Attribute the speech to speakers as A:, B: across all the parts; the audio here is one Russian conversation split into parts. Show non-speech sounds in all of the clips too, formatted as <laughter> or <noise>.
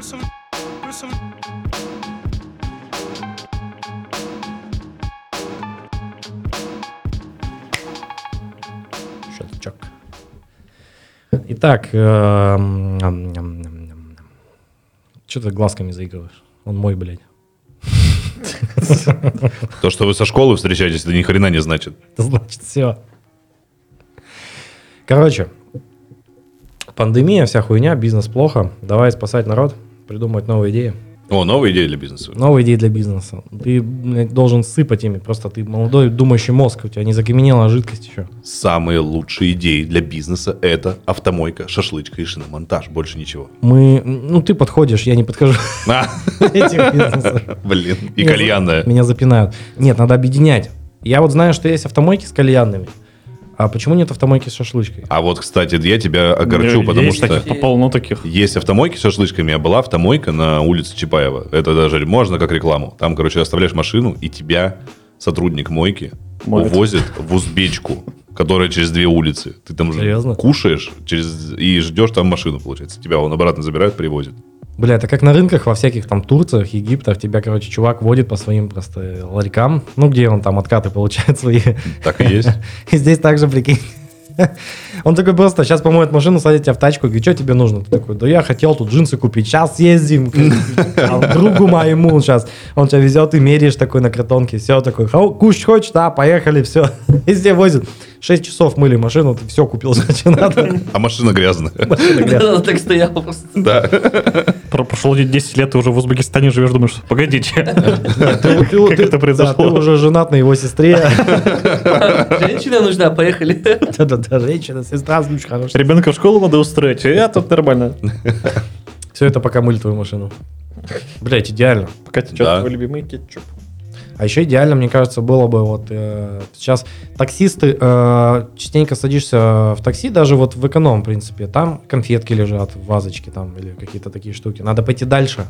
A: some, with some.
B: Щелчок. Итак, эм, что ты глазками заигрываешь? Он мой, блядь. <laughs>
C: То, что вы со школы встречаетесь, это ни хрена не значит.
B: Это значит все. Короче, пандемия, вся хуйня, бизнес плохо. Давай спасать народ, придумывать новые идеи.
C: О, новая идея для бизнеса.
B: Новые идеи для бизнеса. Ты блядь, должен сыпать ими. Просто ты молодой думающий мозг, у тебя не закаменела жидкость еще.
C: Самые лучшие идеи для бизнеса – это автомойка, шашлычка и шиномонтаж. Больше ничего. <laughs>
B: Мы, ну ты подходишь, я не подхожу <laughs>
C: А,
B: к этим бизнесам.
C: блин, и
B: Меня за-
C: кальянная.
B: Меня запинают. Нет, надо объединять. Я вот знаю, что есть автомойки с кальянными. А почему нет автомойки с шашлычкой?
C: А вот, кстати, я тебя огорчу,
D: Есть
C: потому что...
D: таких по полно таких.
C: Есть автомойки с шашлычками, а была автомойка на улице Чапаева. Это даже можно как рекламу. Там, короче, оставляешь машину, и тебя сотрудник мойки
D: Моет.
C: увозит в Узбечку, которая через две улицы. Ты там же
B: Серьезно?
C: кушаешь через... и ждешь там машину, получается. Тебя он обратно забирает, привозит.
B: Бля, это как на рынках во всяких там Турциях, Египтах. Тебя, короче, чувак водит по своим просто ларькам. Ну, где он там откаты получает свои.
C: Так и есть.
B: И здесь также, прикинь. Он такой просто, сейчас помоет машину, садит тебя в тачку, говорит, что тебе нужно? Ты такой, да я хотел тут джинсы купить, сейчас съездим к там, другу моему сейчас. Он тебя везет и меряешь такой на картонке, все, такой, «Хо- кушать хочешь? Да, поехали, все. И здесь возят. Шесть часов мыли машину, ты все купил, что надо.
C: А машина грязная.
E: Да, так стоял просто.
D: Про- Прошло 10 лет, ты уже в Узбекистане живешь, думаешь,
C: <laughs>
D: погодите.
B: Ты- ты-
D: Как
B: ты-
D: это
B: да,
D: произошло?
B: Ты уже женат на его сестре. <laughs>
E: <laughs> Женщина
C: <laughs>
E: нужна, поехали.
B: Да-да-да, женщина, сестра, звучит хорошая.
D: Ребенка в школу надо устроить, я тут нормально.
B: Все это пока мыли твою машину. Блять, идеально.
D: Пока течет
C: Да.
D: твой любимый кетчуп.
B: А еще идеально, мне кажется, было бы вот э, сейчас таксисты э, частенько садишься в такси, даже вот в эконом, в принципе, там конфетки лежат, вазочки там или какие-то такие штуки. Надо пойти дальше.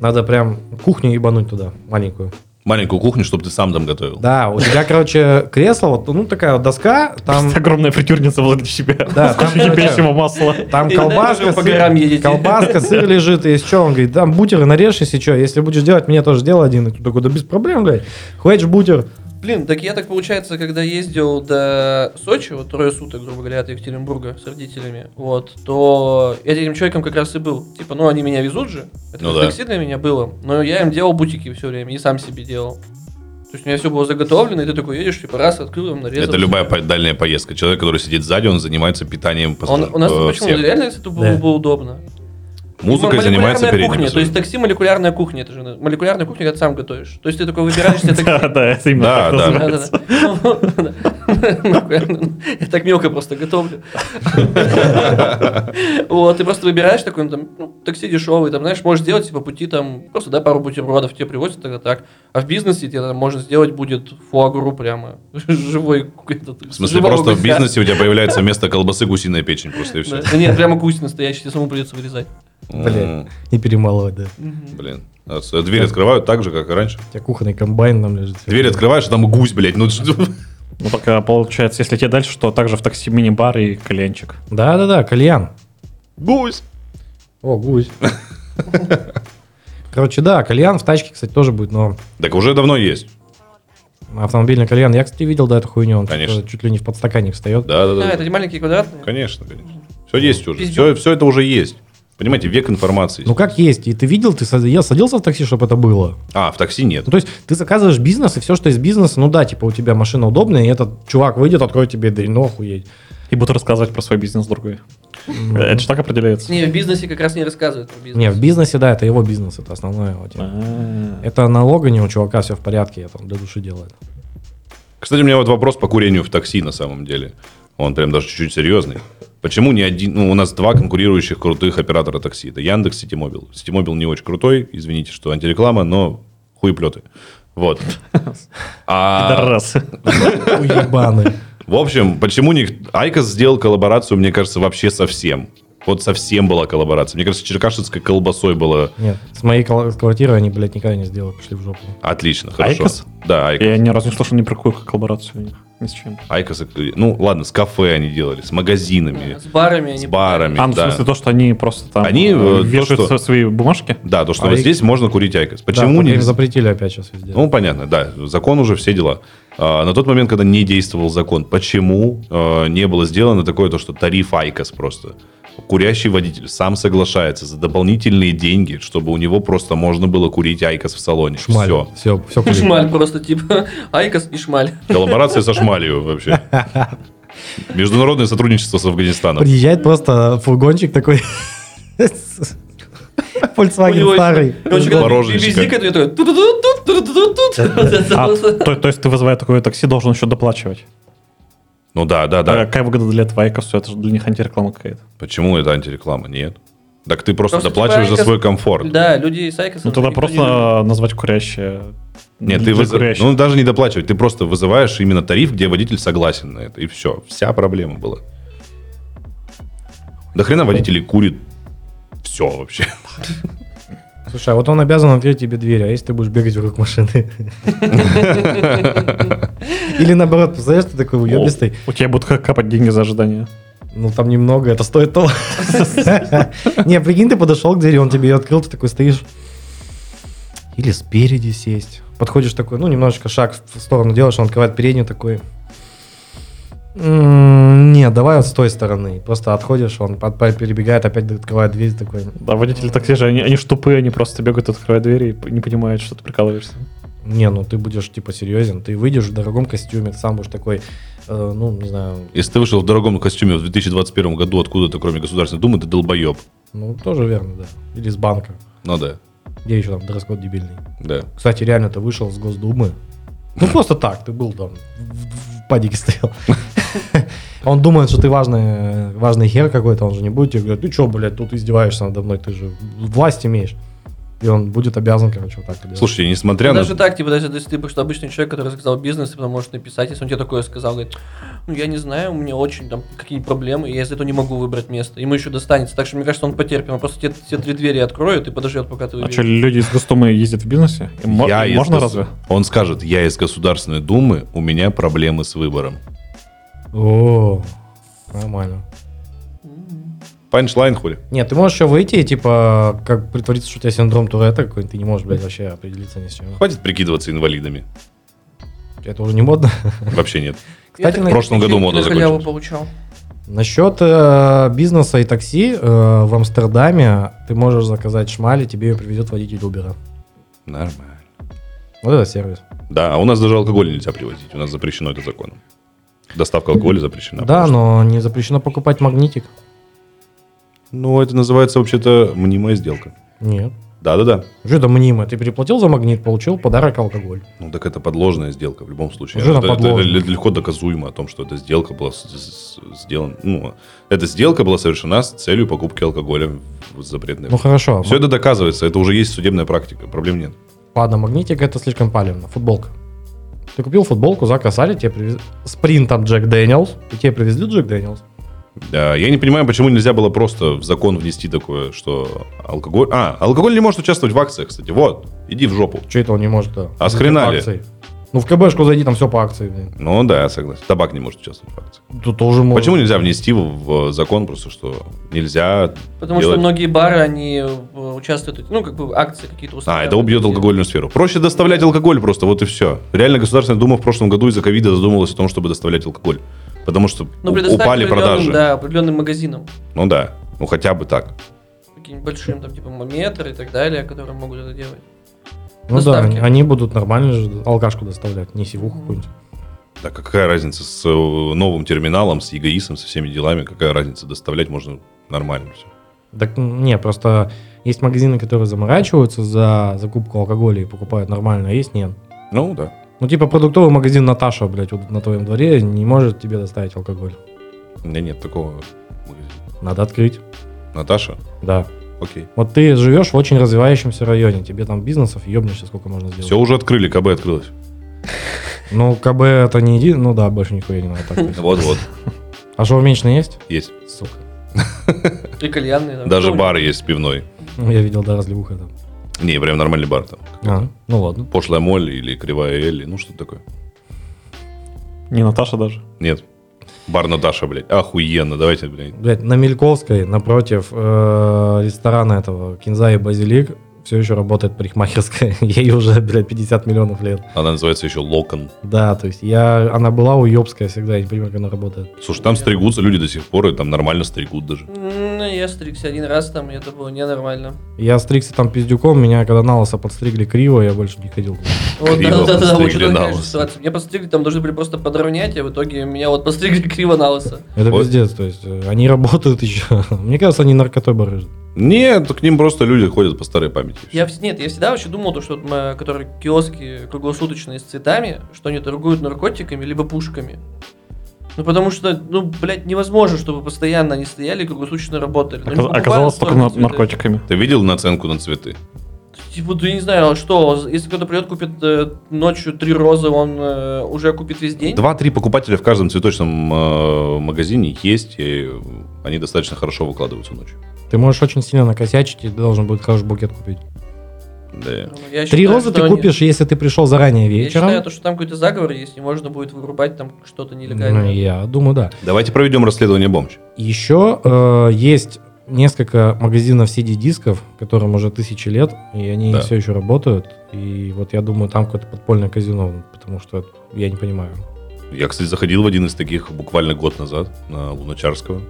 B: Надо прям кухню ебануть туда, маленькую.
C: Маленькую кухню, чтобы ты сам там готовил.
B: Да, у тебя, короче, кресло, вот, ну, такая вот доска, там,
D: Просто огромная фритюрница возле тебя.
B: Да,
D: С кучей
B: там,
D: кипящего масла.
B: там
E: И
B: колбаска,
E: уже по
B: сыр-
E: горам едете.
B: колбаска, сыр лежит, и что? Он говорит, там бутеры нарежь, если что, если будешь делать, мне тоже делай один. И ты такой, да без проблем, блядь, хочешь бутер,
E: Блин, так я так получается, когда ездил до Сочи, вот трое суток, грубо говоря, от Екатеринбурга с родителями, вот, то я этим человеком как раз и был. Типа, ну они меня везут же, это
C: Ну
E: как
C: да.
E: такси для меня было, но я им делал бутики все время и сам себе делал. То есть у меня все было заготовлено, и ты такой едешь, типа, раз, открыл им, нарезал.
C: Это любая по- дальняя поездка. Человек, который сидит сзади, он занимается питанием пос-
E: Он- у нас
C: э,
E: почему
C: всех.
E: реально это было,
B: Да.
E: было удобно. Ну,
C: Музыкой
E: Молекулярная
C: занимается передним.
E: кухня, то есть
C: слоем.
E: такси молекулярная кухня, это же на- молекулярная кухня, когда ты сам готовишь. То есть ты такой выбираешь
C: <laughs>
E: себе такси.
D: Да, да, это именно
C: <laughs> Да,
D: так
C: да.
D: называется.
E: Да-да-да. Ну, Я так мелко просто готовлю. Вот, ты просто выбираешь такой, ну, там, ну, такси дешевый, там, знаешь, можешь сделать по пути, там, просто, да, пару бутербродов тебе привозят тогда так. А в бизнесе тебе там можно сделать будет фуагру прямо, <laughs> живой этот,
C: В смысле, просто в бизнесе у тебя появляется вместо колбасы гусиная печень просто и все.
E: Да нет, прямо гусь настоящий, тебе самому придется вырезать.
B: Блин. не перемалывать, да.
C: Блин. А с- Дверь открывают так же, как и раньше.
B: У тебя кухонный комбайн там лежит.
C: Дверь открываешь, а там гусь, блядь. Ну,
D: Ну, так а, получается, если тебе дальше, то также в такси мини-бар и кальянчик.
B: Да-да-да, кальян.
C: гусь.
B: О, гусь. Короче, да, кальян в тачке, кстати, тоже будет, но
C: Так уже давно есть.
B: автомобильный кальян. Я, кстати, видел, да, эту хуйню. Он
C: Конечно.
B: чуть- чуть ли не в подстаканник встает.
C: Да, да,
E: Да,
C: да.
E: это не маленькие квадратные.
C: Конечно, конечно. Все есть уже.
E: Пиздюк.
C: Все, все это уже есть. Понимаете, век информации.
B: Ну как есть, и ты видел, ты сад- я садился в такси, чтобы это было.
C: А, в такси нет.
B: Ну, то есть ты заказываешь бизнес, и все, что из бизнеса, ну да, типа у тебя машина удобная, и этот чувак выйдет, откроет тебе дверь, ну охуеть.
D: И будут рассказывать про свой бизнес другой.
B: М.
D: Это же так определяется.
E: Не, в бизнесе как раз не рассказывают про бизнес.
B: Не, в бизнесе, да, это его бизнес, это основное. его дело.
D: А.
B: Это на логане у чувака все в порядке, я там для души делаю.
C: Кстати, у меня вот вопрос по курению в такси на самом деле. Он прям даже чуть-чуть серьезный. Почему не один... Ну, у нас два конкурирующих крутых оператора такси. Это Яндекс, Ситимобил. Ситимобил не очень крутой, извините, что антиреклама, но хуеплеты. Вот. А,
D: Пидорас.
C: <laughs>
B: Уебаны.
C: в общем, почему не... Айкос сделал коллаборацию, мне кажется, вообще совсем. Вот совсем была коллаборация. Мне кажется, черкашинской колбасой было
B: Нет, с моей кол- квартиры они, блядь, никогда не сделают, пошли в жопу.
C: отлично. Хорошо.
D: Айкос?
C: Да, Айкос.
D: Я ни разу не слышал ни про какую коллаборацию у них. ни с чем.
C: Айкос, ну ладно, с кафе они делали, с магазинами,
E: С барами. я
C: с
E: не-
C: барами,
D: А, ну, в
C: да.
D: смысле, то, что они просто там
C: Они,
D: э,
C: э, то,
D: вешают
C: что-
D: со- свои бумажки?
C: Да, то, что
B: А
C: вот
B: и-
C: здесь можно курить айкос. Почему
B: не
C: не...
B: запретили опять сейчас везде?
C: Ну, понятно, да, закон уже, все дела. А, на тот момент, когда не действовал закон, почему э, не было сделано такое, то, что тариф айкос просто? Курящий водитель сам соглашается за дополнительные деньги, чтобы у него просто можно было курить айкос в салоне.
B: Шмаль.
C: Все.
B: Все, все,
E: <laughs> Шмаль просто, типа. <laughs> Айкос и шмаль.
C: Коллаборация со Шмалью вообще. Международное сотрудничество с Афганистаном.
B: Приезжает просто фургончик такой.
E: У него
B: Volkswagen
E: есть-
B: старый.
E: Короче,
C: Да.
E: когда
C: Мороженщик.
E: визник, это такой, «Ту-ту-ту-ту, ту-ту-ту-ту». Вот
D: А,
E: это
D: то, то есть ты вызывая такое такси, должен еще доплачивать.
C: Ну да, да,
D: А
C: да.
D: Какая выгода для этого Айкосу? Это же для них антиреклама какая-то. Ну,
C: Почему это антиреклама? Нет. Так ты просто
E: Просто
C: доплачиваешь за
E: типа
C: свой
E: вот.
C: комфорт.
E: Да, люди с Айкосом.
D: Ну тогда
E: никто не
D: просто э, назвать курящее.
C: Нет,
D: для
C: ты вызов...
D: курящих.
C: ну, даже не доплачивать, ты просто вызываешь именно тариф, где водитель согласен на это, и все. Вся проблема была. До хрена водители курят все вообще. <laughs>
B: Слушай, а вот он обязан открыть тебе дверь, а если ты будешь бегать вокруг машины? <laughs> Или наоборот, представляешь, ты такой уебистый,
D: У тебя будут ка- капать деньги за ожидание.
B: ну там немного, это стоит того. <laughs> Не, прикинь, ты подошел к двери, он тебе ее открыл, ты такой стоишь. Или спереди сесть. Подходишь такой, ну, немножечко шаг в сторону делаешь, он открывает переднюю такой. «М, Не, давай вот с той стороны. Просто отходишь, он под- под- перебегает, опять открывает дверь такой.
D: Да, водители такси же, они, они ж тупые, они просто бегают, открывают двери и п- не понимают, что ты прикалываешься.
B: Не, ну ты будешь типа серьезен, ты выйдешь в дорогом костюме, ты сам будешь такой, э, ну не знаю,
C: Если ты вышел в дорогом костюме в 2021 году откуда-то, кроме Государственной Думы, ты долбоеб.
B: ну тоже верно, да. Или с банка.
C: Ну да,
B: Где еще там дресс-код дебильный?
C: да.
B: Кстати, реально ты вышел с Госдумы. Ну просто так, ты был там, в, в- в падике стоял. Он думает, что ты важный, важный хер какой-то, он же не будет тебе говорить, ты что, блядь, тут издеваешься надо мной, ты же власть имеешь. И он будет обязан, короче, вот так делать.
C: Слушайте,
E: Ну,
C: несмотря на...
E: Даже так, типа, даже если ты просто обычный человек, который заказал бизнес, ты потом можешь написать, если он тебе такое сказал, говорит, ну, я не знаю, у меня очень там какие-нибудь проблемы, и я из-за этого не могу выбрать место. Ему еще достанется, так что, мне кажется, он потерпит. Он просто тебе все три двери откроет и подождет, пока ты
D: А
E: выберешь.
D: что, люди из Гостумы ездят в бизнесе? Им мо-
C: Я из
D: можно
C: гос-
D: разве?
C: Он скажет, я из Государственной Думы, у меня проблемы с выбором.
B: О, нормально.
C: Панчлайн хули.
B: Нет, ты можешь еще выйти и типа как притвориться, что у тебя синдром Туретта какой-нибудь, ты не можешь, блядь, вообще определиться ни с чем.
C: Хватит прикидываться инвалидами.
B: Это уже не модно.
C: Вообще нет.
E: Я
B: Кстати,
E: так
B: на-
C: В прошлом году мода
E: на халяву
C: закончилась.
E: получал.
B: насчет э, бизнеса и такси э, в Амстердаме ты можешь заказать шмаль, и тебе ее привезет водитель Убера.
C: Нормально.
B: Вот это сервис.
C: Да, а у нас даже алкоголь нельзя привозить. У нас запрещено это законом. Доставка алкоголя запрещена.
B: Да,
C: потому что-
B: но не запрещено покупать магнитик.
C: Ну, это называется вообще-то мнимая сделка.
B: Нет.
C: Да-да-да.
B: Что это мнимо? Ты переплатил за магнит, получил подарок алкоголь.
C: Ну, так это подложная сделка в любом случае.
B: Уже она
C: это, это-
B: подложная.
C: это л- легко доказуемо о том, что эта сделка была с- с- сделана... Ну, эта сделка была совершена с целью покупки алкоголя в запретной...
B: Ну хорошо.
C: Все это доказывается, это уже есть судебная практика, проблем нет.
B: Ладно, магнитик это слишком палевно. Футболка. Ты купил футболку, закасали, тебе привезли с принтом Джек Дэниелс, и тебе привезли Джек Дэниелс.
C: Да, я не понимаю, почему нельзя было просто в закон внести такое, что алкоголь... А, алкоголь не может участвовать в акциях, кстати. Вот, иди в жопу.
B: Че это он не может? да?
C: А с хрена ли?
B: Акции. Ну, в КБшку зайди, там все по акции. блин.
C: Ну да, я согласен. Табак не может участвовать в акциях.
B: Тут тоже можно.
C: Почему нельзя внести в в закон просто, что нельзя
E: Потому
C: делать-
E: что многие бары, они э, участвуют, ну, как бы акции какие-то
C: А,
E: устраивают.
C: это убьет алкогольную сферу. Проще доставлять алкоголь просто, вот и все. Реально Государственная Дума в прошлом году из-за ковида задумалась о том, чтобы доставлять алкоголь. Потому что
E: Ну,
C: у-
E: предоставь
C: упали
E: определенным,
C: продажи.
E: Да, определенным магазинам.
C: Ну да, ну хотя бы так.
E: Каким большим, там, типа, метр и так далее, которые могут это делать.
B: Ну да,
E: доставки?
B: они, они будут нормально же алкашку доставлять, не сивуху какую-нибудь.
C: Так какая разница с э, новым терминалом, с ЕГИСом, со всеми делами, какая разница, доставлять можно нормально все.
B: Так м, не, просто есть магазины, которые заморачиваются за закупку алкоголя и покупают нормально, а есть нет.
C: Ну да.
B: Ну, типа продуктовый магазин Наташа, блядь, вот на твоем дворе не может тебе доставить алкоголь.
C: У меня нет такого магазина.
B: Надо открыть.
C: Наташа?
B: Да.
C: Окей.
B: Вот ты живешь в очень развивающемся районе, тебе там бизнесов ебнешься, сколько можно сделать.
C: Все уже открыли, КБ открылось.
B: Ну, КБ это не иди, ну да, больше нихуя не надо
C: <laughs>
B: так. делать.
C: Вот-вот,
B: А что, уменьшно есть?
C: есть.
B: Сука.
E: И кальянные. там.
C: Даже
E: Ну,
C: бар есть пивной.
B: Ну, Я видел, да, разливуха там.
C: Не, прям нормальный бар там.
B: А, ну ладно.
C: Пошлая моль или кривая Элли, ну что такое.
D: Не Наташа даже.
C: Нет. Бар Наташа, блядь. Охуенно. Давайте, блядь.
B: Блядь, на Мельковской, напротив э, ресторана этого Кинза и Базилик, все еще работает парикмахерская. <laughs> Ей уже, блядь, 50 миллионов лет.
C: Она называется еще Локон.
B: Да, то есть я... Она была уебская всегда, я не понимаю, как она работает.
C: Слушай, там стригутся люди до сих пор, и там нормально стригут даже.
E: Ну, я стригся один раз там, и это было ненормально.
B: Я стригся там пиздюком, меня когда на лысо подстригли криво, я больше не ходил.
E: Вот,
C: Криво
E: да, да, да, вот
C: подстригли
E: это
C: на
E: такая же
C: лысо.
E: ситуация. Меня подстригли, там должны были просто подровнять, а в итоге меня вот подстригли <laughs> криво на лысо.
B: Это
C: Вот.
B: пиздец, то есть э, они работают <laughs> еще. Мне кажется, они наркотой барыжат.
C: Нет, к ним просто люди ходят по старой памяти.
E: Я, вс- нет, я всегда вообще думал, то, что вот, м, э, которые киоски круглосуточные с цветами, что они торгуют наркотиками либо пушками. Ну потому что, ну, блядь, невозможно, чтобы постоянно они стояли и круглосуточно работали. Ну, они
D: Оказ-
E: покупали
D: Оказалось только
E: столько
D: на-
E: цветов.
D: наркотиками.
C: Ты видел наценку на цветы?
E: Типа, да я не знаю, а что, если кто-то придет, купит э, ночью три розы, он э, уже купит весь день?
C: Два-три покупателя в каждом цветочном э, магазине есть, и они достаточно хорошо выкладываются ночью.
B: Ты можешь очень сильно накосячить, и ты должен будет хороший букет купить.
C: Да.
B: Три
E: Я считаю,
B: розы
E: что
B: ты
E: они-
B: купишь, если ты пришел заранее
E: Я
B: вечером.
E: считаю, то, что там какой-то заговор есть, и можно будет вырубать там что-то
B: Ну,
E: нелегальное.
B: я думаю, да.
C: Давайте проведем расследование бомж.
B: Еще э, есть несколько магазинов CD-дисков, которым уже тысячи лет, и они
C: Да.
B: все еще работают. И вот я думаю, там какое-то подпольное казино, потому что это- я не понимаю.
C: Я, кстати, заходил в один из таких буквально год назад на Луначарского.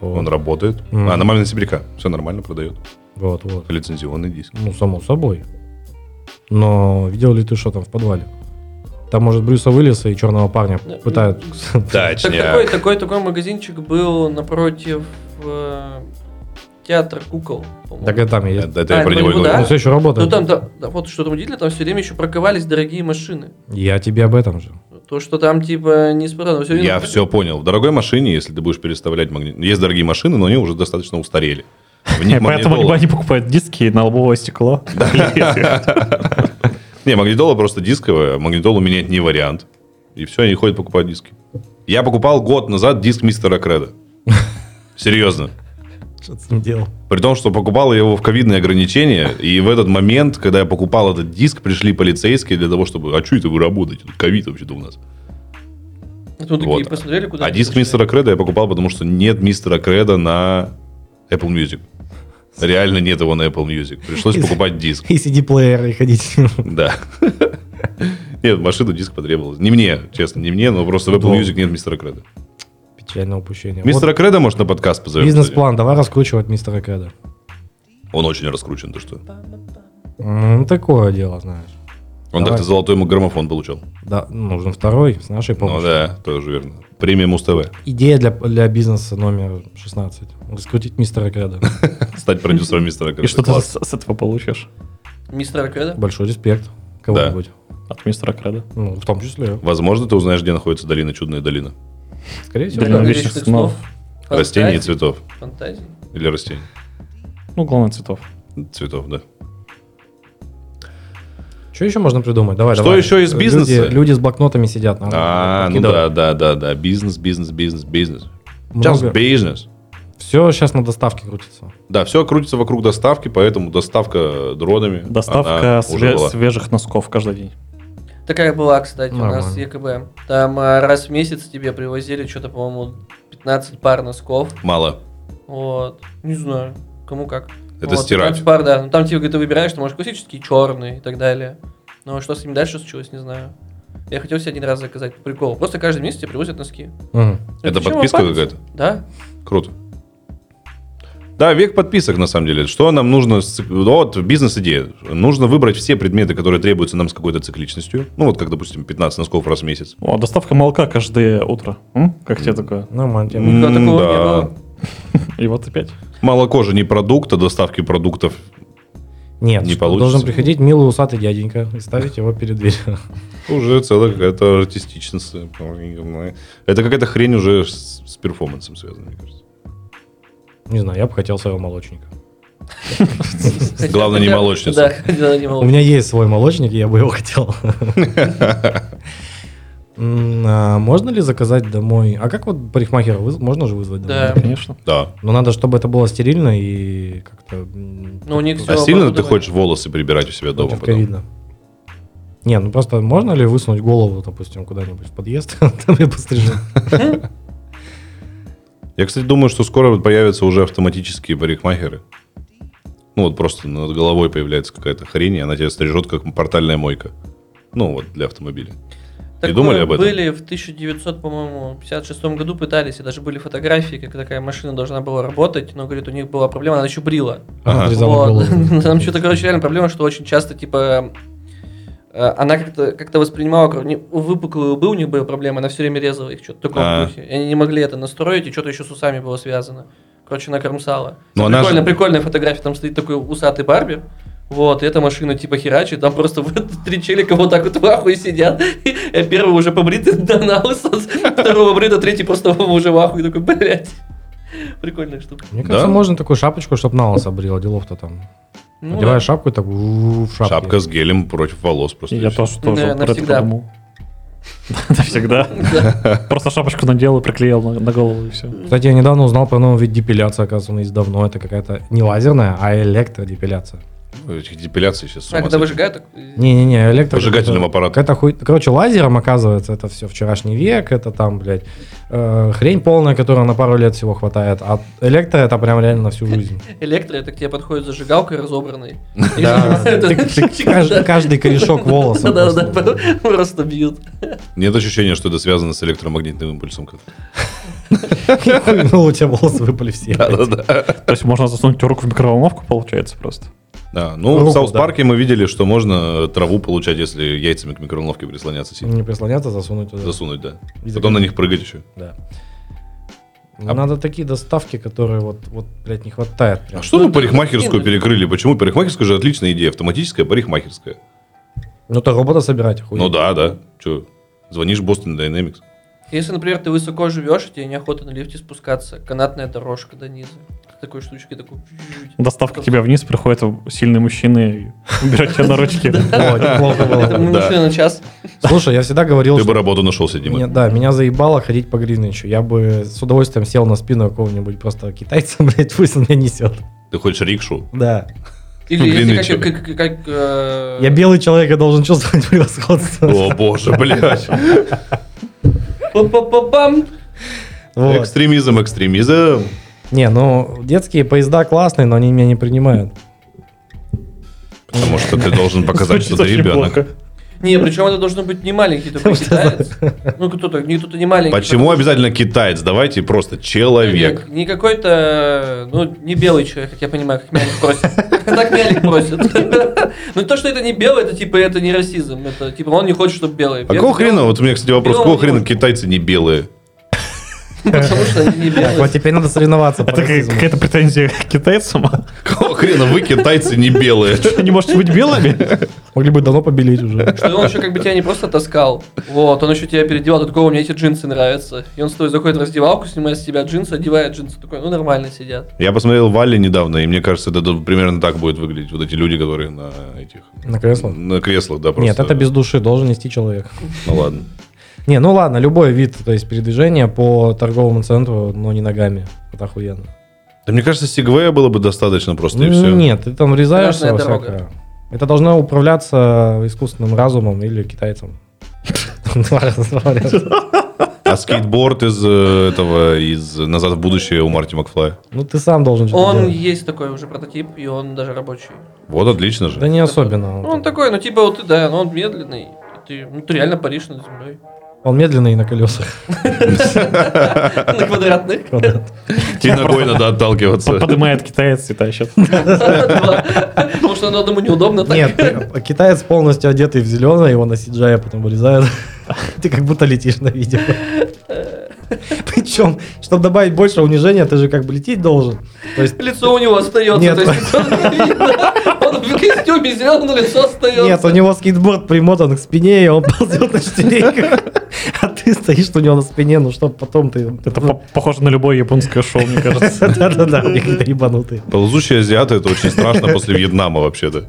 B: Вот,
C: Он работает.
B: Мгм.
C: А, на мамина сибиряка. Все нормально продает.
B: вот, вот.
C: Лицензионный диск.
B: Ну, само собой. Но видел ли ты, что там в подвале? Там, может, Брюса Уиллиса и черного парня
E: Да.
B: пытают.
E: Так такой, такой, такой магазинчик был напротив э, театра кукол,
B: <laughs>
E: по-моему.
B: Так и там есть.
C: Это, это я
E: А,
C: про
E: это
C: него и
E: Голливуд,
C: говорю.
B: Он все еще
E: Ну
B: работает.
E: там, да, да, вот что там удивительно, там все время еще парковались дорогие машины.
B: Я тебе об этом же.
E: То, что там типа не справа, все
C: Ну, Я все понял. В дорогой машине, если ты будешь переставлять магнит... Есть дорогие машины, но они уже достаточно устарели. В них
D: <laughs> Поэтому
C: магнитола-
D: либо они покупают диски на лобовое стекло.
C: Не, магнитола просто дисковая, магнитолу менять не вариант. И все, они ходят покупать диски. Я покупал год назад диск мистера Креда. Серьезно.
B: Что ты с ним делал?
C: При том, что покупал я его в ковидные ограничения, и в этот момент, когда я покупал этот диск, пришли полицейские для того, чтобы... А что это вы работаете? Тут ковид вообще-то у нас.
E: Ну, такие
C: Вот.
E: посмотрели, куда
C: А
E: они
C: диск
E: пошли.
C: мистера Креда я покупал, потому что нет мистера Креда на Apple Music. Реально нет его на Apple Music. Пришлось покупать диск.
B: И CD-плеер, и ходить. <laughs>
C: Да. Нет, машину диск потребовалось. Не мне, честно, не мне, но просто в Apple
B: Долго.
C: Music нет мистера Креда.
B: Печальное упущение. Вот
C: Мистера Креда, может, на подкаст позовем?
B: Бизнес-план, давай раскручивать мистера Креда.
C: кстати? Он очень раскручен, ты что?
B: М, такое дело, знаешь.
C: Он
B: Давай.
C: так-то золотой ему граммофон получил.
B: Да, нужен второй с нашей
C: Ну
B: помощью.
C: да, тоже верно. Премия Муз-ТВ.
B: Идея для, для бизнеса номер 16. Раскрутить мистера Креда.
C: <laughs> Стать продюсером мистера Креда.
D: И что ты
C: Класс.
D: с с этого получишь
E: Мистер Кредо?
B: Большой респект. Кого-нибудь.
D: от мистера Креда?
B: Ну, в том числе.
C: Возможно, ты узнаешь, где находится долина, чудная долина.
B: Скорее всего.
D: Долина
B: да.
D: вечных снов.
C: Растений и
E: Фантазий.
C: цветов.
E: Фантазий.
C: Или растений.
D: Ну, главное, цветов.
C: Цветов, да.
B: Что еще можно придумать? Давай,
C: Что
B: давай.
C: еще из
B: Люди-
C: бизнеса?
B: Люди, с блокнотами сидят. надо
C: А, ну да,
B: подкидывать.
C: да, да, да. Бизнес, бизнес, бизнес, бизнес. Сейчас
B: Много.
C: бизнес.
B: Все сейчас на доставке крутится.
C: Да, все крутится вокруг доставки, поэтому доставка дронами.
D: Доставка
C: она уже
D: све-
C: была.
D: свежих носков каждый день.
E: Такая была, кстати, у нас
B: Нормально.
E: ЕКБ. Там а, раз в месяц тебе привозили что-то, по-моему, 15 пар носков.
C: Мало.
E: Вот. Не знаю, кому как.
C: Это
E: Вот,
C: стирать.
E: 15 пар, да. Ну, там тебе говорит, ты выбираешь, ты можешь классический, черный и так далее. Но что с ним дальше случилось, не знаю. Я хотел себе один раз заказать, по приколу. Просто каждый месяц тебе привозят носки.
B: М.
C: Это
E: Зачем
C: подписка
E: вам париться?
C: какая-то?
E: Да.
C: Круто. Да, век подписок, на самом деле. Что нам нужно... с- Вот, бизнес-идея. Нужно выбрать все предметы, которые требуются нам с какой-то цикличностью. Ну, вот как, допустим, 15 носков раз в месяц.
D: О, доставка молока каждое утро. М? Как тебе такое?
B: Нормально. тема.
C: М,
E: Никогда такого не
C: да.
E: было.
D: И вот опять.
C: Молоко же не продукт, а доставки продуктов.
B: Нет,
C: Не
B: что,
C: получится.
B: должен приходить милый усатый дяденька и ставить его перед дверью. <laughs>
C: Уже целая какая-то артистичность. Это какая-то хрень уже с, с перформансом связана, мне кажется.
B: Не знаю, я бы хотел своего молочника.
E: Хотя-
C: Главное, не
E: хотя-
C: молочница.
E: Да, главное, не
B: У
E: молочница.
B: меня есть свой молочник, и я бы
C: <laughs>
B: его хотел. М, а Можно ли заказать домой? А как вот парикмахера выз- можно же вызвать
E: Да.
B: домой?
D: Конечно.
C: Да.
B: Но надо, чтобы это было стерильно и как-то... м,
E: Ну, у них
C: А
E: Всё,
C: сильно ты
E: оборудование.
C: хочешь волосы прибирать у себя дома
B: противковидно.
C: потом?
B: Не, ну просто можно ли высунуть голову, допустим, куда-нибудь в подъезд, <laughs> там я пострижу.
C: Я, кстати, думаю, что скоро появятся уже автоматические парикмахеры. Ну, вот просто над головой появляется какая-то хрень, и она тебя стрижет, как портальная мойка. Ну, вот для автомобиля.
E: Такое
C: думали об этом?
E: Были в 1900, по-моему, 56 году пытались, и даже были фотографии, как такая машина должна была работать, но, говорит, у них была проблема, она еще брила.
C: Ага.
B: Отрезала
E: Вот.
B: голову.
E: <laughs> Там что-то, короче, реально проблема, что очень часто, типа, э, она как-то как воспринимала, кор- не- у выпуклых был у них были проблемы, она все время резала их, что-то такое
C: А.
E: в духе. И они не могли это настроить, и что-то еще с усами было связано. Короче, она кромсала.
C: Но Ну,
E: Там
C: она
E: прикольная,
C: же-
E: прикольная фотография, там стоит такой усатый барбер, вот, и эта машина типа херачит, там просто <laughs> вот три челика вот так вот в ахуе сидят, <laughs> и первый уже побритый <laughs> до носа, второго брита, третий просто <laughs> уже в ахуе, такой, блядь. Прикольная штука.
B: Мне кажется,
C: Да?
B: можно такую шапочку, чтобы на нос обрела, делов-то там.
E: Ну
B: Одеваешь
E: да.
B: шапку и так у, в шапке.
C: Шапка с гелем против волос просто.
D: Я
C: и всё.
D: тоже тоже
E: Да,
D: про это
E: навсегда.
D: подумал. <laughs> Навсегда.
B: <laughs>
E: Да. А
D: Просто шапочку надел и приклеил на на голову и все.
B: Кстати, я недавно узнал про новый вид депиляции, оказывается, он есть давно. Это какая-то не лазерная, а электродепиляция.
C: Этих депиляций сейчас с
E: А,
C: ума
E: когда
C: сойти.
E: выжигают, так...
B: Не-не-не, электро...
C: Выжигательным аппаратом.
B: Это хуй... Короче, лазером, оказывается, это все вчерашний век, это там, блядь, э, хрень полная, которая на пару лет всего хватает, а электро это прям реально на всю жизнь.
E: Электро, это к тебе подходит зажигалкой разобранной.
B: <laughs>
E: И <laughs>
B: Да.
E: снимают
B: Ты-
E: этот-
B: ты кажд- Каждый корешок волоса.
E: Да-да-да,
B: просто.
E: <laughs> просто бьют.
C: Нет ощущения, что это связано с электромагнитным импульсом.
E: <laughs>
C: как-то.
B: <laughs> Ну, у тебя волосы выпали все.
D: То есть можно засунуть руку в микроволновку, получается, просто.
C: Да, ну
B: Руку,
C: в Саус
B: да.
C: Парке мы видели, что можно траву получать, если яйцами к микроволновке прислоняться сильно.
B: Не прислоняться, засунуть туда.
C: Засунуть, да.
B: И
C: Потом на
B: закрыть.
C: них прыгать еще.
B: Да. Ну, Надо такие доставки, которые вот, вот, блядь, не хватает. прям.
C: А что
E: Ну,
C: мы
E: это
C: парикмахерскую
E: хрень.
C: перекрыли? Почему? Парикмахерская же отличная идея. Автоматическая парикмахерская.
B: Ну, то робота собирать, охуеть.
C: Ну да, да. Че? Звонишь Boston Dynamics.
E: Если, например, ты высоко живешь, и тебе неохота на лифте спускаться, канатная дорожка до низа. Такой штучкой, такой...
D: Доставка тебя вниз, приходят сильные мужчины и убирают тебя на ручки.
B: О, неплохо <laughs>
E: <laughs> Это
B: было.
E: мы начали на час.
B: Слушай, я всегда говорил,
C: Ты бы
B: что...
C: работу нашел, Дима.
B: Меня, да, меня заебало ходить по Гринвичу. Я бы с удовольствием сел на спину какого-нибудь просто китайца, <laughs> блядь, пусть он меня несет.
C: Ты хочешь рикшу?
B: Да.
E: Или если
C: Гринвича.
E: как... как- как- как, э,
B: Я белый человек, я должен чувствовать <laughs> превосходство.
C: О боже,
D: <laughs>
C: блядь.
E: па-па-па-пам.
B: Вот.
C: Экстремизм, экстремизм.
B: Не, ну, детские поезда классные, но они меня не принимают.
C: Потому что ты должен показать, что
D: Звучит
C: ты
D: очень
C: ребенок.
D: плохо.
E: Не, причем это должен быть не
B: <laughs>
E: маленький такой китаец. Ну, кто-то, не кто-то не маленький.
C: Почему
E: потому
C: обязательно китаец? Давайте просто человек.
E: Не, не какой-то, ну, не белый человек, как я понимаю, как Мялик просит. Так Мялик просит. <laughs> Ну, то, что это не белый, это типа, это не расизм. Это типа, он не хочет, чтобы белые.
C: А какого хрена? Вот у меня, кстати, вопрос.
E: Белого
C: Какого
E: не
C: хрена
E: может.
C: китайцы не белые?
E: <laughs> Потому что они не
B: Так, вот
E: белые.
B: теперь
C: <laughs>
B: надо соревноваться по
D: Это как-
B: расизму.
D: какая-то претензия к китайцам. <laughs>
C: Какого хрена вы, китайцы, не белые?
D: Они, может, быть белыми?
B: Могли бы давно побелить уже.
E: Что он еще как бы тебя не просто таскал, вот, он еще тебя переодевал, ты такой, «О, мне эти джинсы нравятся. И он стоит, заходит в раздевалку, снимает с тебя джинсы, одевает джинсы, такой, ну, нормально сидят.
C: Я посмотрел Валли недавно, и мне кажется, это д- примерно так будет выглядеть. Вот эти люди, которые на этих...
B: На кресло?
C: На креслах, да, просто.
B: Нет, это без души, должен нести человек.
C: Ну ладно.
B: Не, ну ладно, любой вид, то есть передвижение по торговому центру, но не ногами. Это охуенно.
C: Да мне кажется, Сигвея было бы достаточно просто, и
B: Ну,
C: все.
B: Нет, ты там врезаешься во
E: Красная дорога.
B: всякое. Это должно управляться искусственным разумом или китайцем. Два раза варианта.
C: А скейтборд из э, этого, из «Назад в будущее» у Марти Макфлая.
B: Ну ты сам должен что-то
E: Он
B: делать.
E: есть такой уже прототип, и он даже рабочий.
C: Вот, отлично
B: Да
C: же.
B: не особенно.
E: Ну, он такой, ну, типа, вот ты, да, но он медленный, и ты, ну, ты реально паришь
C: <laughs>
E: над землей.
B: Он медленный и на колесах.
E: На квадратных. <laughs>
B: Квадрат.
C: Тебе ногой надо <laughs> отталкиваться.
D: Поднимает китаец и тащит.
E: Потому что оно одному неудобно так. <laughs>
B: Нет, ты- китаец полностью одетый в зеленое, его на CGI потом вырезают. Ты как будто летишь на
E: <laughs>
B: видео. Причем, чтобы добавить больше унижения, ты же как бы лететь должен. То есть
E: Лицо у него остается.
B: Нет.
E: то есть он, не видно. Он в костюме зеленым, но лицо остается.
B: Нет, у него скейтборд примотан к спине, и он <laughs> ползет на четвереньках. А ты стоишь у него на спине, ну чтоб потом ты... <laughs>
D: Это по- похоже на любое японское шоу, мне кажется.
B: Да-да-да, они какие-то ебанутые.
C: Ползучие азиаты это очень страшно после Вьетнама вообще-то.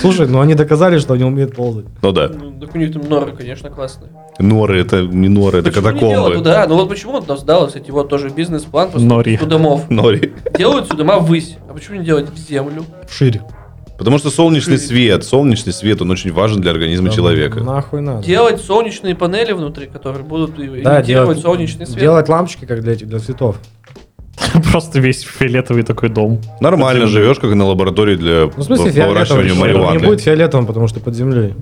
B: Слушай, ну они доказали, что они умеют ползать.
C: Ну да.
E: Ну, так у них там норы, конечно, классные.
C: Норы это не норы, это
E: Почему не делают?
C: катакомбы.
E: Ну Да, ну вот почему вот нас дало, кстати, вот тоже бизнес-план просто
D: Нори.
E: у домов.
C: Нори.
E: Делают все дома ввысь. А почему не делать в землю?
B: Шире.
C: Потому что солнечный свет, солнечный свет, он очень важен для организма человека.
B: Нахуй надо.
E: Делать солнечные панели внутри, которые будут и-
B: да,
E: имитировать
B: делать,
E: солнечный свет.
B: делать лампочки, как для этих, для цветов.
D: <laughs> Просто весь фиолетовый такой дом.
C: Нормально живешь, как на лаборатории для
B: Ну, в смысле,
C: по
B: фиолетовым.
C: выращиванию
B: всё равно Не будет
C: марихуаны.
B: фиолетовым, потому что под землей.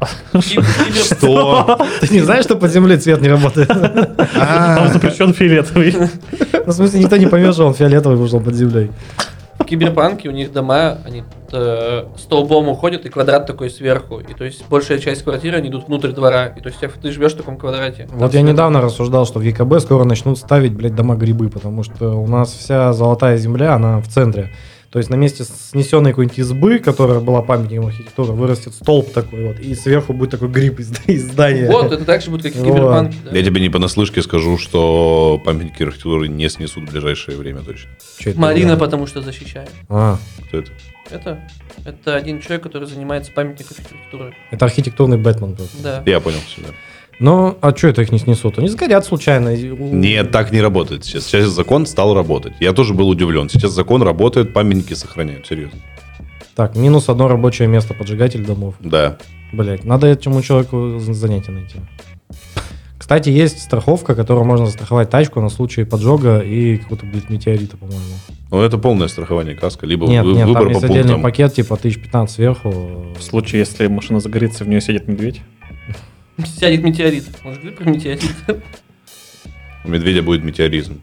B: <laughs>
E: Кибер- кибер-
C: Что?
B: Ты не знаешь, что под землей цвет не работает? <laughs>
E: А.
D: Там запрещен
E: <laughs>
D: фиолетовый.
B: Ну, в смысле, никто не поймет, что он фиолетовый вышел под землей.
E: Киберпанки, у них дома, они э, столбом уходят, и квадрат такой сверху. И то есть большая часть квартиры, они идут внутрь двора. И то есть ты живешь в таком квадрате. Там
B: Вот я
E: свет.
B: недавно рассуждал, что в ЕКБ скоро начнут ставить, блядь, дома грибы, потому что у нас вся золотая земля, она в центре. То есть на месте снесенной какой-нибудь избы, которая была памятником архитектуры, вырастет столб такой вот, и сверху будет такой гриб из, <laughs> из здания.
E: Вот, это так же будет, как и
B: Вот.
E: киберпанки. да.
C: Я тебе не понаслышке скажу, что памятники архитектуры не снесут в ближайшее время точно.
B: Чё это,
E: Марина,
B: блядь?
E: потому что защищает.
B: А,
C: Кто это?
E: Это, это один человек, который занимается памятником архитектуры.
B: это архитектурный Бэтмен был.
E: Да.
C: Я понял всегда.
B: Ну, а что это их не снесут? Они сгорят случайно. И- у-
C: Нет, так не работает сейчас. Сейчас закон стал работать. Я тоже был удивлен. Сейчас закон работает, памятники сохраняют. Серьезно.
B: Так, минус одно рабочее место поджигатель домов.
C: Да.
B: Блять, надо этому человеку з- занятие найти. Кстати, есть страховка, которую можно застраховать тачку на случай поджога и какого-то, блядь, метеорита, по-моему.
C: Но Ну, это полное страхование каска. Либо
B: нет,
C: вы-
B: нет, там
C: выбор по
B: есть отдельный
C: пунктам.
B: пакет, типа 1015 сверху.
D: В случае, если машина загорится, в нее сядет медведь.
E: Сядет метеорит. Он же говорит про метеорит.
B: <laughs>
C: У медведя будет метеоризм.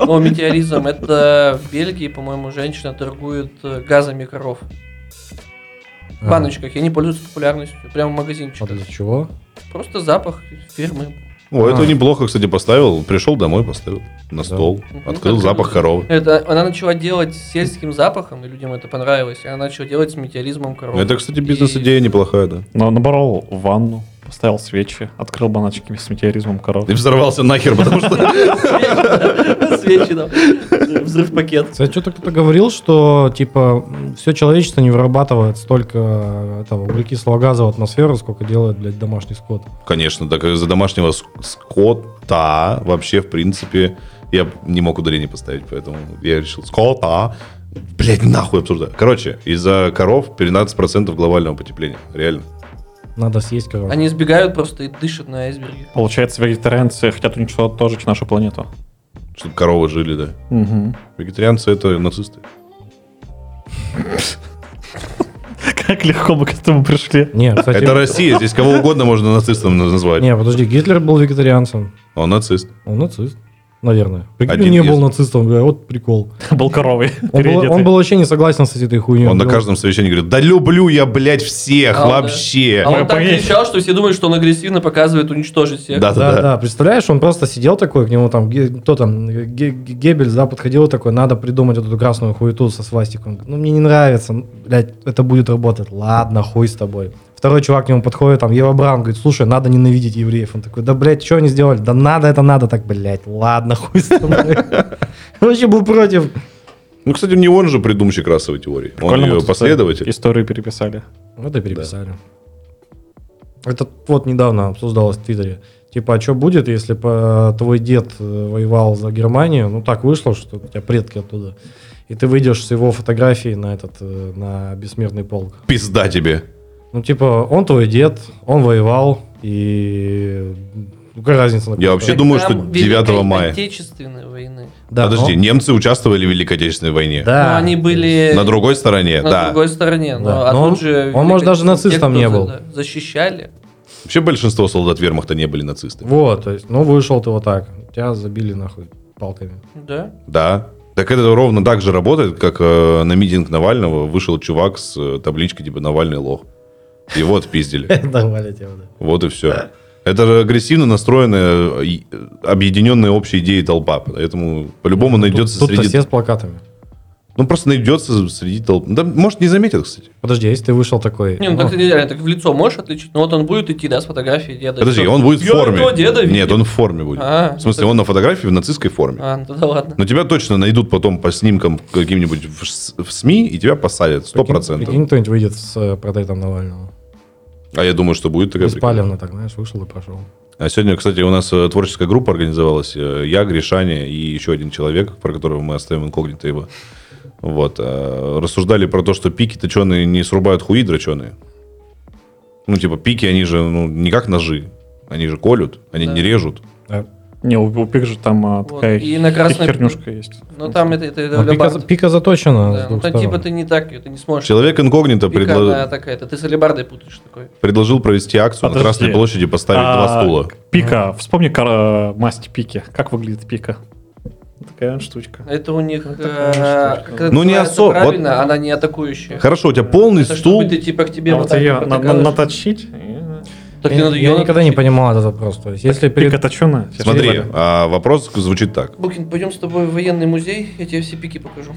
E: О, метеоризм. Это в Бельгии, по-моему, женщина торгует э, газами коров. В
B: Ага.
E: баночках. И они пользуются популярностью. Прямо в магазинчиках.
B: Э, Вот для чего?
E: Просто запах фирмы.
C: О, это
B: А.
C: неплохо, кстати, поставил. Пришел домой, поставил на стол.
E: Мгм.
C: Открыл запах коровы.
E: Это она начала делать с сельским запахом, и людям это понравилось. И она начала делать с метеоризмом коров.
C: Ну, Это, кстати,
E: И-
C: бизнес-идея неплохая, да.
D: Но набрал ванну, поставил свечи, открыл баночки с метеоризмом коров.
C: И взорвался нахер, потому что...
E: <laughs> Свечи там. Взрыв пакет.
B: Кстати, что-то кто-то говорил, что, типа, все человечество не вырабатывает столько э, этого углекислого газа в атмосферу, сколько делает, блядь, домашний скот.
C: Конечно, так из-за домашнего ск- скота вообще, в принципе, я не мог ударение поставить, поэтому я решил скота. Блять, нахуй обсуждаю. Короче, из-за коров 13% глобального потепления. Реально.
B: Надо съесть, короче.
E: Они избегают просто и дышат на айсберге.
D: Получается, вегетарианцы хотят уничтожить нашу планету.
C: Чтобы коровы жили, да.
D: Угу.
C: Вегетарианцы это нацисты.
D: <laughs> Как легко мы к этому пришли. <laughs>
B: Не, кстати...
C: Это Россия, здесь кого угодно можно нацистом на- назвать.
B: Не, подожди, Гитлер был вегетарианцем.
C: Он нацист.
B: Он нацист, наверное. Прикинь,
C: Один
B: он не
C: из.
B: был нацистом, бля, вот прикол.
D: Был коровой.
B: Он был, он
D: переодетый.
B: был вообще не согласен с этой хуйней.
C: Он на
B: говорил,
C: каждом совещании говорит, да люблю я, блядь, всех
E: А он, да.
C: вообще.
E: А он так
D: Поесть.
E: кричал, что все думают, что он агрессивно показывает уничтожить всех.
B: Да,
C: Да-да-да.
B: да, представляешь, он просто сидел такой, к нему там, Ге- кто там, Ге- Ге- Геббельс, да, подходил и такой, надо придумать вот эту красную хуету со свастиком. Ну, мне не нравится, ну, блядь, это будет работать. Ладно, хуй с тобой. Второй чувак к нему подходит, там, Ева Браун, говорит, слушай, надо ненавидеть евреев. Он такой, да, блядь, что они сделали? Да надо, это надо. Так, блядь, ладно, хуй с тобой. <laughs> Он вообще был против.
C: Ну, кстати, не он же придумщик расовой теории. Он
D: Прикольно, мы
C: ее
D: тут
C: последователь.
D: Историю переписали.
B: Это Ну, переписали. Это вот недавно обсуждалось в Твиттере. Типа, а что будет, если по, твой дед э, воевал за Германию? Ну, так вышло, что у тебя предки оттуда. И ты выйдешь с его фотографией на этот, э, на бессмертный полк.
C: Пизда тебе.
B: Ну, типа, он твой дед, он воевал, и... ну, Какая разница? на
C: Я
B: какой
C: вообще
B: стороне?
C: думаю,
E: Там
C: что
E: Великой
C: 9 мая.
E: Отечественной войны.
B: Да,
C: Подожди,
B: но-
C: немцы участвовали в Великой Отечественной войне.
B: Да.
E: Но Ну, они были
C: На другой стороне,
E: Э, на
C: да.
E: другой стороне. Но,
B: Да.
E: а
B: Но
E: тут
B: он-
E: же
B: он,
E: Великой
B: может, даже
E: Отечественной,
B: нацистом
E: те,
B: не
E: кто
B: был.
E: за- да, защищали.
C: Вообще большинство солдат вермахта не были нацисты.
B: Вот, то есть, ну, вышел ты вот так. Тебя забили, нахуй, палками.
E: Да.
C: Да. Так это ровно так же работает, как э, на митинг Навального вышел чувак с э, табличкой типа «Навальный лох». И вот
E: <laughs>
C: пиздили.
B: Нормально тебя, да.
C: Вот и все. Это же агрессивно настроенная э, и- э, объединенная общей идеей толпа. Поэтому по-любому
E: Ну,
C: найдется
B: Тут- Тут-то
C: среди...
B: все с плакатами.
C: Ну, просто найдется среди толпы. Да, может, не заметят, кстати.
B: Подожди, а если ты вышел
C: Э,
B: такой...
E: Не, ну так ты нереально, так в лицо можешь отличить, но вот он будет идти, да, с фотографией деда.
C: Подожди,
E: Всё.
C: он будет в
E: Я
C: форме.
E: этого деда
C: Нет,
E: видел.
C: он в форме будет.
E: А,
C: В смысле, он на фотографии в нацистской форме.
E: А, ну тогда ладно.
C: Но тебя точно найдут потом по снимкам каким-нибудь в, с- в СМИ, и тебя посадят, сто
B: Прикинь-
C: процентов.
B: Прикинь, кто-нибудь выйдет с э, портретом Навального.
C: А я думаю, что будет такая
B: Без
C: прикольная.
B: Палевна, так, знаешь, вышел и прошел.
C: А сегодня, кстати, у нас э, творческая группа организовалась. э, Я, Гришаня и еще один человек, про которого мы оставим инкогнито его. Вот. а, рассуждали про то, что пики точеные не срубают хуи дроченые. Ну, типа, пики, они же, ну, не как ножи. Они же колют, они
E: Да.
C: не режут.
B: Да.
D: Не, у, у Пик же там а,
E: Вот,
D: такая
E: и на
D: хи-
E: красной-
D: хернюшка есть.
E: Ну там это, это, это
B: Ну, пика,
E: алебарда.
B: пика заточена.
E: Да,
B: с
E: ну
B: двух
E: там типа
B: сторон.
E: ты не так, её ты не сможешь.
C: Человек инкогнито
E: Пика,
C: предло-
E: она такая, это ты с алебардой путаешь такой.
C: предложил провести акцию
D: Подожди.
C: на Красной площади, поставить
D: А,
C: два стула.
D: Пика. Вспомни кар- масть Пики. Как выглядит Пика? Такая штучка.
E: Это у них...
D: Ну,
E: э,
D: такая штучка.
E: когда
C: Ну, не
E: называется
C: особо, вот-
E: Правильно, она не атакующая.
C: Хорошо, у тебя полный
E: Это
C: стул.
E: чтобы ты типа к тебе
D: А
E: вот
D: вот
E: так
D: ее
E: вот
D: на- на-
E: такая-
D: наточить. и-
E: Так типа,
B: Я,
E: не надо
B: я
E: её
B: никогда не
E: наточить.
B: понимал этот вопрос. То есть, если перед...
D: Пика точеная.
C: Смотри, а, вопрос звучит так.
E: Букин, пойдем с тобой в военный музей, я тебе все пики покажу.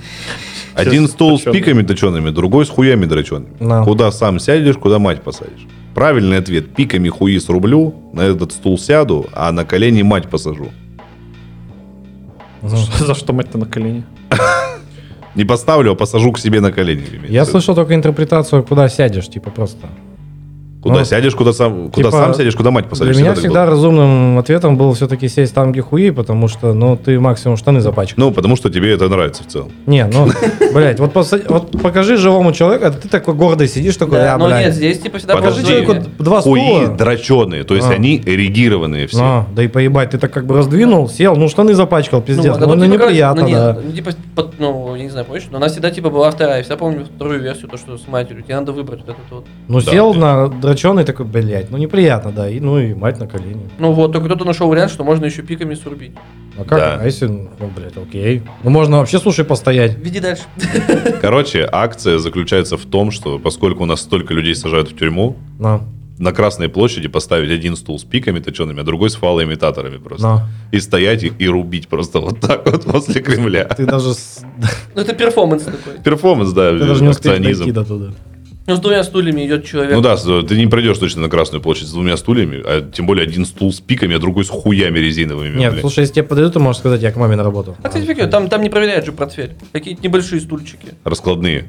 C: Один стол
D: точёный.
C: с пиками точеными, другой с хуями дрочеными.
B: Да.
C: Куда сам сядешь, куда мать посадишь. Правильный ответ. Пиками хуи срублю, на этот стул сяду, а на колени мать посажу.
B: Ну,
D: За что мать-то на колени?
C: Не поставлю, а посажу к себе на колени. имеется
B: Я
C: в виду.
B: слышал только интерпретацию, куда сядешь, типа просто.
C: Куда
B: ну,
C: сядешь, куда сам, куда
B: типа,
C: сам сядешь, куда мать посадишь.
B: Для меня
C: так
B: всегда
C: было.
B: разумным ответом был все-таки сесть там, где хуи, потому что, ну, ты максимум штаны запачкал.
C: Ну, потому что тебе это нравится в целом. <laughs>
B: Не, ну, блядь, вот, посади- вот покажи живому человеку, а ты такой гордый сидишь, такой,
E: Да,
B: а,
E: но
B: блядь.
E: нет, здесь типа всегда
C: Подожди.
B: Покажи
E: положительные.
B: человеку два
C: Хуи
B: стула.
C: дроченые, то есть
B: А.
C: они эрегированные все.
B: А, да и поебать, ты так как бы раздвинул, сел, ну штаны запачкал, пиздец. Ну,
E: а потом,
B: ну,
E: типа, как-
B: неприятно,
E: ну, не,
B: да.
E: ну, типа, под- ну, я не знаю, помнишь, но у нас всегда, типа, была вторая. Я всегда помню вторую версию, то, что с матерью. Тебе надо выбрать вот этот вот.
B: Ну,
C: Да,
B: сел
C: ты-
B: на дроченый такой, блядь, ну неприятно, да. И, ну и мать на колени.
E: Ну вот, только кто-то нашел вариант, что можно еще пиками срубить.
B: А как?
C: Да.
B: А если, ну, блядь, окей. Ну, можно вообще, слушай, постоять.
E: Веди дальше. <laughs>
C: Короче, акция заключается в том, что поскольку у нас столько людей сажают в тюрьму,
B: На,
C: на Красной площади поставить один стул с пиками точеными, а другой с фалоимитаторами просто.
B: на.
C: И стоять их и рубить просто вот так вот <laughs> возле Кремля.
B: Ты даже с- <laughs>
E: Ну это перформанс такой.
C: Перформанс, да,
B: ты даже не успеешь
C: акционизм.
B: дойти до туда.
E: Ну с двумя стульями идет человек.
C: Ну да, с- ты не пройдешь точно на Красную площадь с двумя стульями, а тем более один стул с пиками, а другой с хуями резиновыми.
B: Нет,
C: блин.
B: слушай, если тебе подойдут, ты можешь сказать, я к маме на работу.
E: А, кстати, прикольно, там, там не проверяют же портфель. Какие-то небольшие стульчики
C: Раскладные.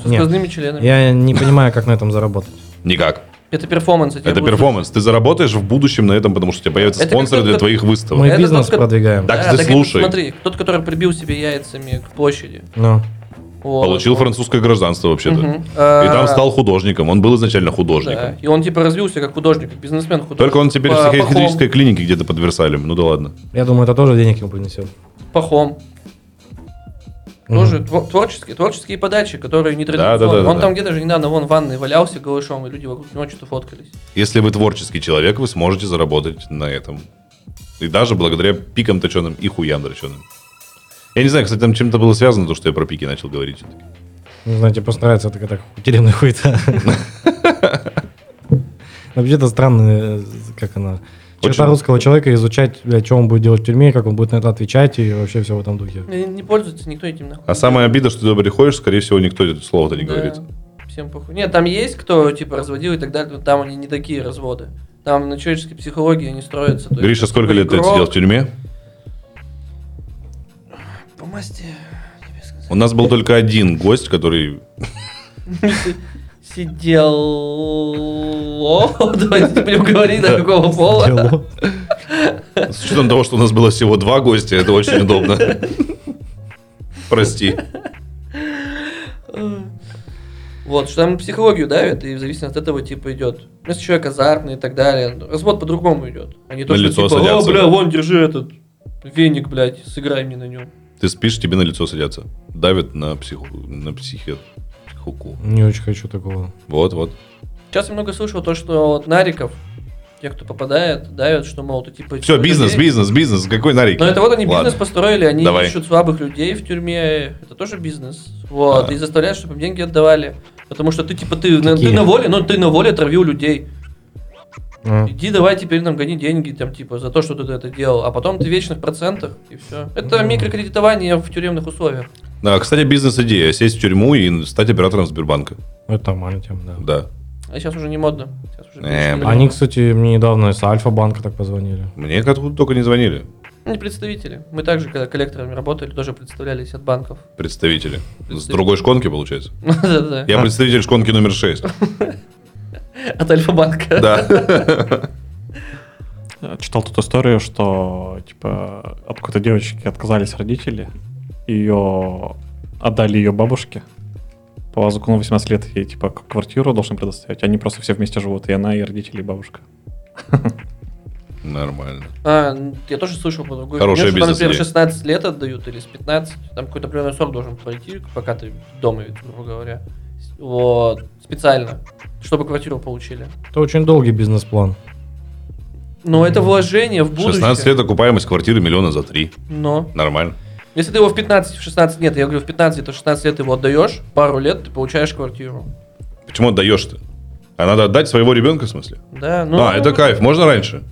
E: со
B: Нет.
E: сквозными членами.
B: Я не понимаю, как на этом заработать.
C: Никак.
E: Это перформанс. эти
C: Это
E: будут-
C: перформанс. Ты заработаешь в будущем на этом, потому что у тебя появятся
E: Это
C: спонсоры
E: как
C: для
E: тот-
C: твоих
B: Мы
C: выставок.
E: Это
B: бизнес
E: только-
B: продвигаем.
C: Да. Так
E: Да,
C: ты
E: это,
C: слушай.
E: Смотри, тот, который прибил себе яйцами к площади.
B: Ну,
E: Вот.
C: Получил французское гражданство вообще-то.
E: Мгм.
C: И
E: А,
C: там стал художником. Он был изначально
E: да.
C: художником.
E: И он типа развился как художник, как бизнесмен художник.
C: Только он теперь в
E: По-
C: психиатрической клинике где-то под Версалем. Ну да ладно.
B: я думаю, это тоже денег ему принесет.
E: Пахом. Пахом. Тоже твор- творческие, творческие подачи, которые не традиционные.
C: да,
E: он
C: да.
E: там где-то же недавно вон в ванной валялся голышом, и люди вокруг него что-то фоткались.
C: Если вы творческий человек, вы сможете заработать на этом. И даже благодаря пикам точеным и хуям точеным. Я не знаю, кстати, там чем-то было связано то, что я про пики начал говорить.
B: Не знаю, тебе Ну, просто нравится это когда тюремная <laughs> хуета. Вообще-то странно, э, как она... Черта
C: Очень.
B: русского человека изучать, блядь, что он будет делать в тюрьме, как он будет на это отвечать и вообще все в этом духе.
E: Не, не пользуется никто этим нахуй.
C: А самая обида, что ты приходишь, скорее всего, никто это слово-то не
E: Да.
C: говорит.
E: Всем похуй. Нет, там есть кто типа разводил и так далее, но там они не такие разводы. Там на человеческой психологии они строятся. То есть,
C: Гриша, сколько
E: типа,
C: лет ты
E: игрок-
C: сидел в тюрьме?
E: По масти, тебе сказать.
C: У нас был только один гость, который...
E: Сидел... О, Давайте не будем говорить, до какого пола.
B: Дело.
C: С учетом того, что у нас было всего два гостя, это очень удобно. Прости.
E: Вот, что там на психологию давит, и в зависимости от этого типа идет. Если человек азартный и так далее, развод по-другому идет. А не то,
C: На
E: что
C: лицо
E: типа,
C: садятся».
E: о, бля, вон, держи этот веник, блядь, сыграй мне на нем.
C: Ты спишь, тебе на лицо садятся. Давят на психу... на психи- психуку.
B: Не очень хочу такого.
C: Вот, вот.
E: Сейчас я много слышал то, что вот Нариков, те, кто попадает, давят, что, мол, ты типа...
C: Все, бизнес,
E: людей-
C: бизнес, бизнес. Какой нарик?
E: Но это вот они бизнес построили, они
C: давай.
E: ищут слабых людей в тюрьме, это тоже бизнес. Вот,
C: А.
E: и заставляют, чтобы им деньги отдавали. Потому что ты типа, ты, на- ты
B: Какие?
E: на воле, ну ты на воле травил людей.
B: А.
E: Иди давай теперь нам гони деньги, там, типа, за то, что ты это делал. А потом ты вечно в процентах, и все. Это микрокредитование в тюремных условиях.
C: Да, А, кстати, бизнес-идея. Сесть в тюрьму и стать оператором Сбербанка.
B: Это нормальная тема, да.
C: Да.
E: А сейчас уже не модно. Сейчас уже
C: Эм.
E: перешли на-
B: Они, кстати, мне недавно из Альфа-банка так позвонили.
C: Мне откуда только не звонили
E: Они Ну, представители. Мы также, когда коллекторами работали, тоже представлялись от банков. <laughs>
C: представители. С другой шконки, получается.
E: Да-да.
C: Я представитель шконки номер
E: <laughs>
C: 6.
E: От Альфа-банка.
C: Да.
D: Читал тут историю, что типа от какой-то девочки отказались родители, ее отдали ее бабушке. По закону 18 лет ей типа к- квартиру должен предоставить. Они просто все вместе живут, и она, и родители, и бабушка.
C: Нормально.
E: А, н- я тоже слышал по другой.
C: Хорошая
E: фигне, что там, например,
C: бизнес-идея.
E: 16 лет отдают или с 15. Там какой-то определенный срок должен пройти, пока ты дома, ведь, грубо говоря. С- Вот. Специально. Чтобы квартиру получили.
B: Это очень долгий бизнес-план.
E: Но это вложение в будущее.
C: 16 лет окупаемость квартиры миллиона за три.
E: Но.
C: Нормально.
E: Если ты его в 15, в 16 нет, я говорю, в 15, то в 16 лет ты его отдаешь, пару лет ты получаешь квартиру.
C: Почему отдаешь ты? А надо отдать своего ребенка, в смысле?
E: Да, ну.
C: а, это кайф. Можно раньше?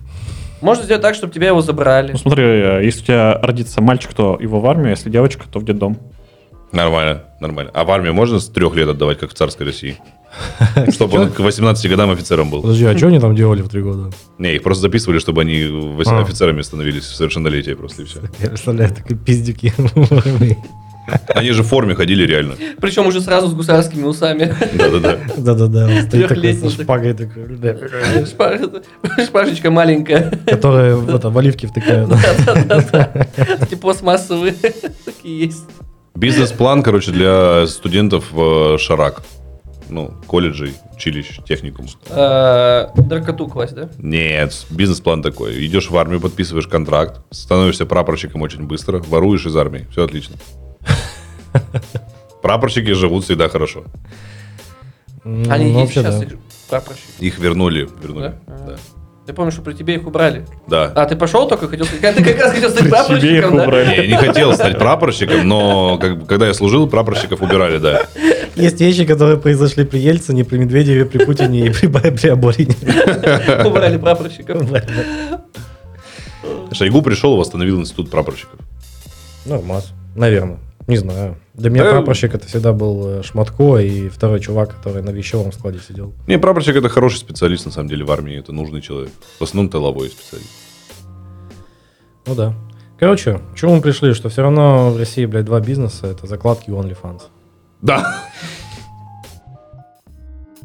E: Можно сделать так, чтобы тебя его забрали.
D: Ну смотри, э, если у тебя родится мальчик, то его в армию, а если девочка, то в детдом.
C: Нормально, нормально. А в армию можно с трех лет отдавать, как в царской
E: <laughs>
C: России? Чтобы он к 18 годам офицером был.
B: Подожди, а что они там делали в три года?
C: Не, их просто записывали, чтобы они вось-
B: А.
C: офицерами становились в совершеннолетие просто и все.
B: <laughs> Я представляю, такие пиздюки.
C: Они же в форме ходили реально.
E: Причем уже сразу с гусарскими усами.
C: Да-да-да.
B: <laughs> Да-да-да, он стоит такой
E: Трёхлетний
B: со
E: такой.
B: шпагой такой. да.
E: <laughs> Шпаж- Шпажечка маленькая.
B: Которые в это, в оливки
E: <laughs>
B: втыкают.
E: Да-да-да. Такие пластмассовые. <laughs> Такие есть.
C: Бизнес-план, короче, для студентов э, шарак. Ну, колледжей, училищ, техникум.
E: Э, Дракоту класть, да?
C: Нет, бизнес-план такой. Идешь в армию, подписываешь контракт, становишься прапорщиком очень быстро, воруешь из армии. Все отлично. Прапорщики живут всегда хорошо.
B: Ну,
E: Они
B: ну,
E: есть
B: вообще,
E: сейчас
B: да.
E: их прапорщики.
C: Их вернули. вернули.
E: Да?
C: Да.
E: Я помню, что при тебе их убрали.
C: Да.
E: А, ты пошел только, хотел сказать, ты как раз хотел стать
D: При тебе их
E: прапорщиком, да?
D: убрали.
C: Не, я не хотел стать прапорщиком, но как бы, когда я служил, прапорщиков убирали, да.
B: Есть вещи, которые произошли при Ельцине, при Медведеве, при Путине и при, Ба- при Оборине. <laughs>
E: <laughs> Убрали прапорщиков.
B: Ну,
C: Шойгу пришел и восстановил институт прапорщиков.
B: Ну, масс. Наверное. Не знаю. Для меня
C: Да.
B: прапорщик это всегда был э, Шматко и второй чувак, который на вещевом складе сидел.
C: Не, прапорщик это хороший специалист, на самом деле, в армии. Это нужный человек. В основном тыловой специалист.
B: Ну да. Короче, к чему мы пришли, что все равно в России, блядь, два бизнеса, это закладки и OnlyFans.
C: Да.